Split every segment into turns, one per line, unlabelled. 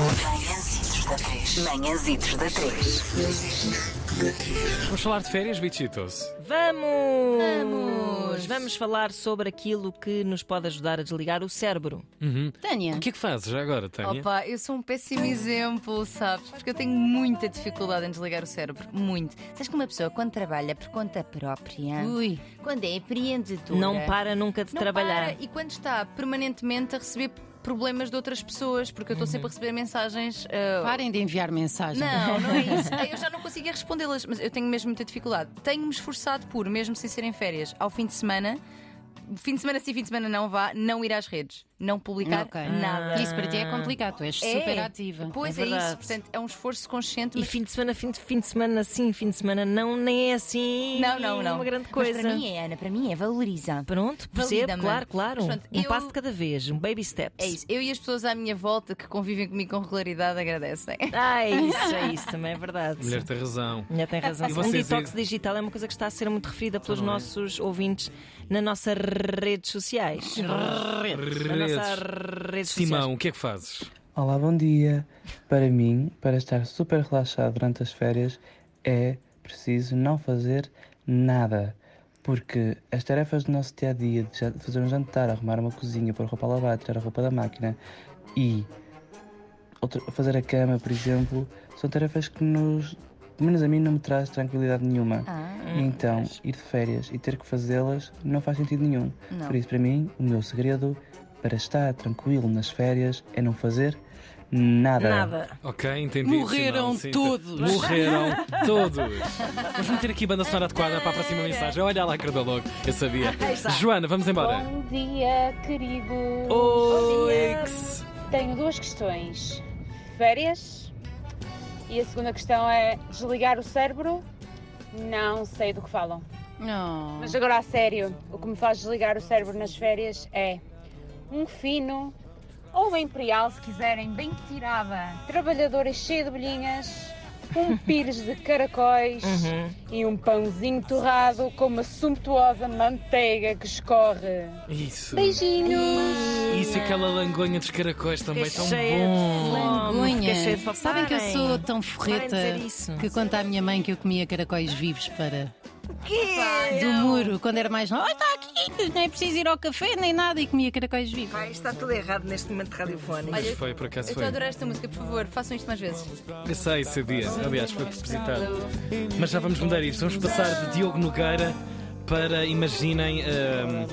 Manhãzitos da 3. Manhãzitos da 3.
Vamos falar de férias, bichitos?
Vamos! Vamos! falar sobre aquilo que nos pode ajudar a desligar o cérebro.
Tânia.
O que é que fazes já agora, Tânia?
Opa, eu sou um péssimo exemplo, sabes? Porque eu tenho muita dificuldade em desligar o cérebro. Muito. Sabes que uma pessoa, quando trabalha por conta própria, quando é empreendedora,
Não para nunca de
não
trabalhar.
para. e quando está permanentemente a receber problemas de outras pessoas, porque eu estou sempre a receber mensagens. ah,
Parem de enviar mensagens.
Não, não é isso. Eu já não conseguia respondê-las, mas eu tenho mesmo muita dificuldade. Tenho-me esforçado por, mesmo sem serem férias, ao fim de semana, fim de semana sim, fim de semana não vá, não ir às redes, não publicar
Ok.
nada.
Isso para ti é complicado, tu és
É.
super ativa.
Pois
É
é,
verdade.
isso, portanto, é um esforço consciente.
E
Mas...
fim de semana, fim de, fim de semana sim, fim de semana não, nem é assim.
Não, não, não.
Uma grande
Mas
coisa.
para mim é, Ana, para mim é valorizar.
Pronto, percebo,
Valida-me.
claro, claro.
Mas pronto,
um
eu-
passo de cada vez, um baby steps.
É isso. Eu e as pessoas à minha volta que convivem comigo com regularidade agradecem.
Ah, é isso, é isso, também é verdade.
Mulher tem razão.
Mulher tem razão.
E
um
vocês-
detox digital é uma coisa que está a ser muito referida pelos
não é?
nossos ouvintes nas nossas redes sociais. Nas nossas
Redes.
redes
Simão, o que é que fazes?
Olá, bom dia. Para mim, para estar super relaxado durante as férias, é preciso não fazer nada. Porque as tarefas do nosso dia a dia, de ja- fazer um jantar, arrumar uma cozinha, pôr roupa a lavar, tirar a roupa da máquina e outra- fazer a cama, por exemplo, são tarefas que nos, pelo menos a mim, não me traz tranquilidade nenhuma.
Ah,
E então, ir de férias e ter que fazê-las não faz sentido nenhum.
Não.
Por isso, para mim, o meu segredo para estar tranquilo nas férias é não fazer nada.
sociais. Nada.
Ok, entendi.
Morreram
Simão, sim,
todos.
Morreram todos. Vamos meter aqui a banda sonora adequada para a próxima mensagem. Olha lá, Carda logo. Eu sabia. Joana, vamos embora.
Bom Um dia, queridos.
Oix.
Tenho duas questões. Férias. E a segunda questão é desligar o cérebro. Não sei do que falam.
Não.
Mas agora a sério, o que me faz desligar o cérebro nas férias é um fino ou uma imperial, se quiserem, bem tirada, trabalhadora e cheia de bolhinhas, um pires de caracóis
Uhum.
e um pãozinho torrado com uma sumptuosa manteiga que escorre.
Isso.
Beijinhos!
Isso e aquela langonha dos caracóis também
Fiquei
tão
É cheia de
bom.
fome, fiquei cheia de
Langonha.
fome.
Sabem que eu
Parem.
sou tão
Parem de
forreta
dizer isso.
que conta à minha mãe que eu comia caracóis vivos para.
Pá,
Do muro, quando era mais nova. Oh, está aqui, não é preciso ir ao café nem nada e comia caracóis vivos.
Ai, está tudo errado neste momento radiofónico.
Mas Foi, por acaso
eu estou
foi.
a adorar esta música, por favor, façam isto mais vezes.
Eu sei, sabia. Aliás, foi propositado. Mas já vamos mudar isto. Vamos passar de Diogo Nogueira para, imaginem, ahm,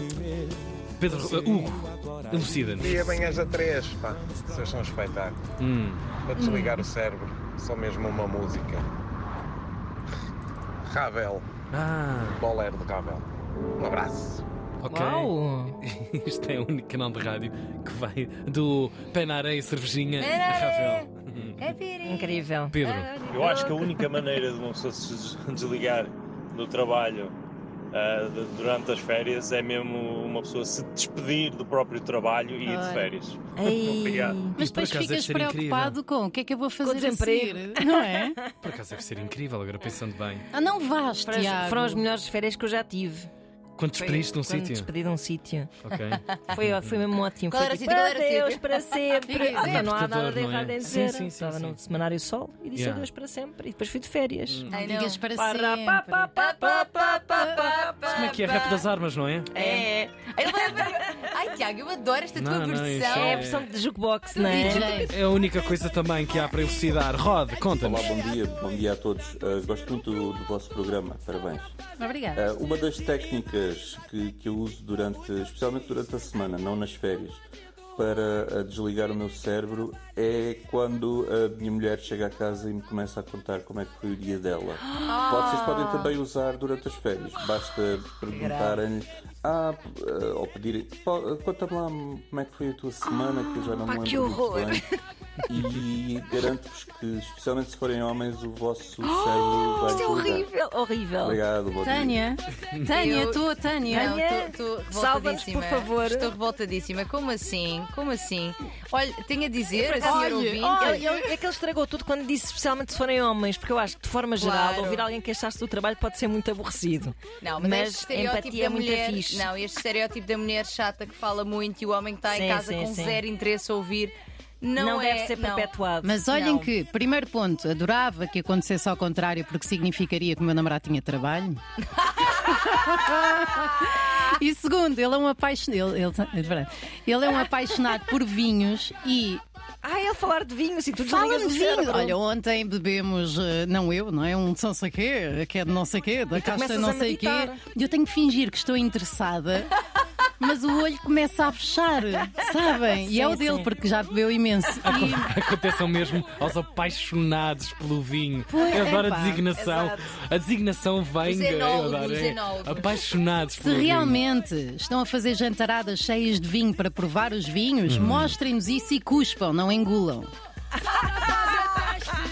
Pedro ah, Hugo. Elucida-nos.
E amanhãs a três, pá. Vocês são um espetáculo.
Hum.
Para desligar o cérebro, só mesmo uma música. Ravel,
Ah,
bolero de Ravel. Um abraço.
ok.
Uau!
Isto é o único canal de rádio que vai do Panaré e Cervejinha a Ravel.
Incrível.
Pedro,
Eu acho que a única maneira de uma pessoa se des- desligar do trabalho ah, de- durante as férias é mesmo uma pessoa se despedir do próprio trabalho e ir de
Olha.
férias.
Ei.
Obrigado.
Mas
E por
depois
acaso deve
ficas
ser
preocupado com o que é que eu vou fazer a
desemprego.
seguir, não é?
por acaso deve ser incrível, agora pensando bem.
Ah, não vás,
Foram as,
Tiago.
foram as melhores férias que eu já tive.
Quando despediste num
Quando
sítio.
despedi de um sítio.
Ok.
Foi, foi mesmo ótimo.
Qual
foi
era o
tipo,
sítio? Qual era o
adeus
sítio?"
para sempre.
Sim,
Ah, não há nada
libertador,
de
não é?
errado em
Sim,
dizer.
sim, sim,
Estava
sim.
no semanário Sol e disse
Yeah.
adeus para sempre. E depois fui de férias.
Hum.
Ai, não. Digas para
Parra,
sempre.
pá, pá, pá, pá, pá, pá, pá, pá.
Como é que é rap das armas, não é?
É, é
Ai, vai- vai- Ai, Tiago, eu adoro esta tua
Não, não, isso
versão.
É a versão de jukebox, não é?
DJ.
É a única coisa também que há para elucidar. Rod,
Olá,
conta-nos.
bom dia, bom dia a todos. Uh, gosto muito do, do vosso programa, parabéns.
Obrigada.
Uh, uma das técnicas que, que eu uso durante, especialmente durante a semana, não nas férias, para uh, desligar o meu cérebro é quando a minha mulher chega a casa e me começa a contar como é que foi o dia dela.
Ah!
Pode- Vocês podem também usar durante as férias, basta perguntarem ah, p- uh, ou pedirem, "Pá, conta-me lá como é que foi a tua semana, que eu já não me
Ah, pá,
lembro
que
muito
horror.
bem." E garanto-vos que, especialmente se forem homens, o vosso cérebro vai
Isto é
desligar.
horrível, horrível.
Obrigado, bom dia.
Tânia, Tânia,
Eu-
estou a Tânia.
Não,
Tânia,
estou- estou
salva-nos,
revoltadíssima.
por favor.
Estou revoltadíssima. Como assim? Como assim? Olha, tenho a dizer, a senhora
Olha,
ouvinte.
Ele- ele- é que ele estragou tudo quando disse, especialmente se forem homens, porque eu acho que de forma geral
Claro.
ouvir alguém queixar-se do trabalho pode ser muito aborrecido.
Não, mas,
Mas
este estereótipo
empatia é
da
muito
mulher,
fixe.
Não, este estereótipo da mulher chata que fala muito e o homem que está
Sim,
em casa
sim,
com
sim.
zero interesse a ouvir. Não,
Não
é,
deve ser
não.
perpetuado.
Mas olhem que, primeiro ponto, adorava que acontecesse ao contrário, porque significaria que o meu namorado tinha trabalho. e segundo, ele é um apaixonado. Ele, ele- é verdade. ele é um apaixonado por vinhos e.
Ah, ele falar de vinhos e tu
Fala-me
desligas
de
o
vinho!
cérebro.
Olha, ontem bebemos, eh, não eu, não é? Um de não sei quê, que é de não sei quê, da
tu
casta
começas
não
a
sei quê.
meditar.
E eu tenho que fingir que estou interessada. Mas o olho começa a fechar, sabem? e é
Sim,
o dele,
sim.
porque já bebeu imenso. E-
Acontece ao mesmo aos apaixonados pelo vinho.
Pois,
eu adoro
epá,
a designação.
exato.
A designação vem.
Os
de-
enólogos,
eu adoro,
os
é.
enólogos.
Apaixonados
Se
pelo vinho.
realmente estão a fazer jantaradas cheias de vinho para provar os
Hum.
vinhos, mostrem-nos isso e cuspam, não engulam.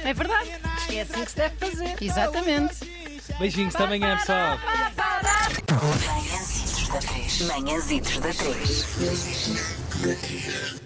É verdade?
É assim que se deve fazer.
Exatamente.
Beijinhos, está amanhã, pessoal.
Manhãzitos da 3. Manhãzitos da 3.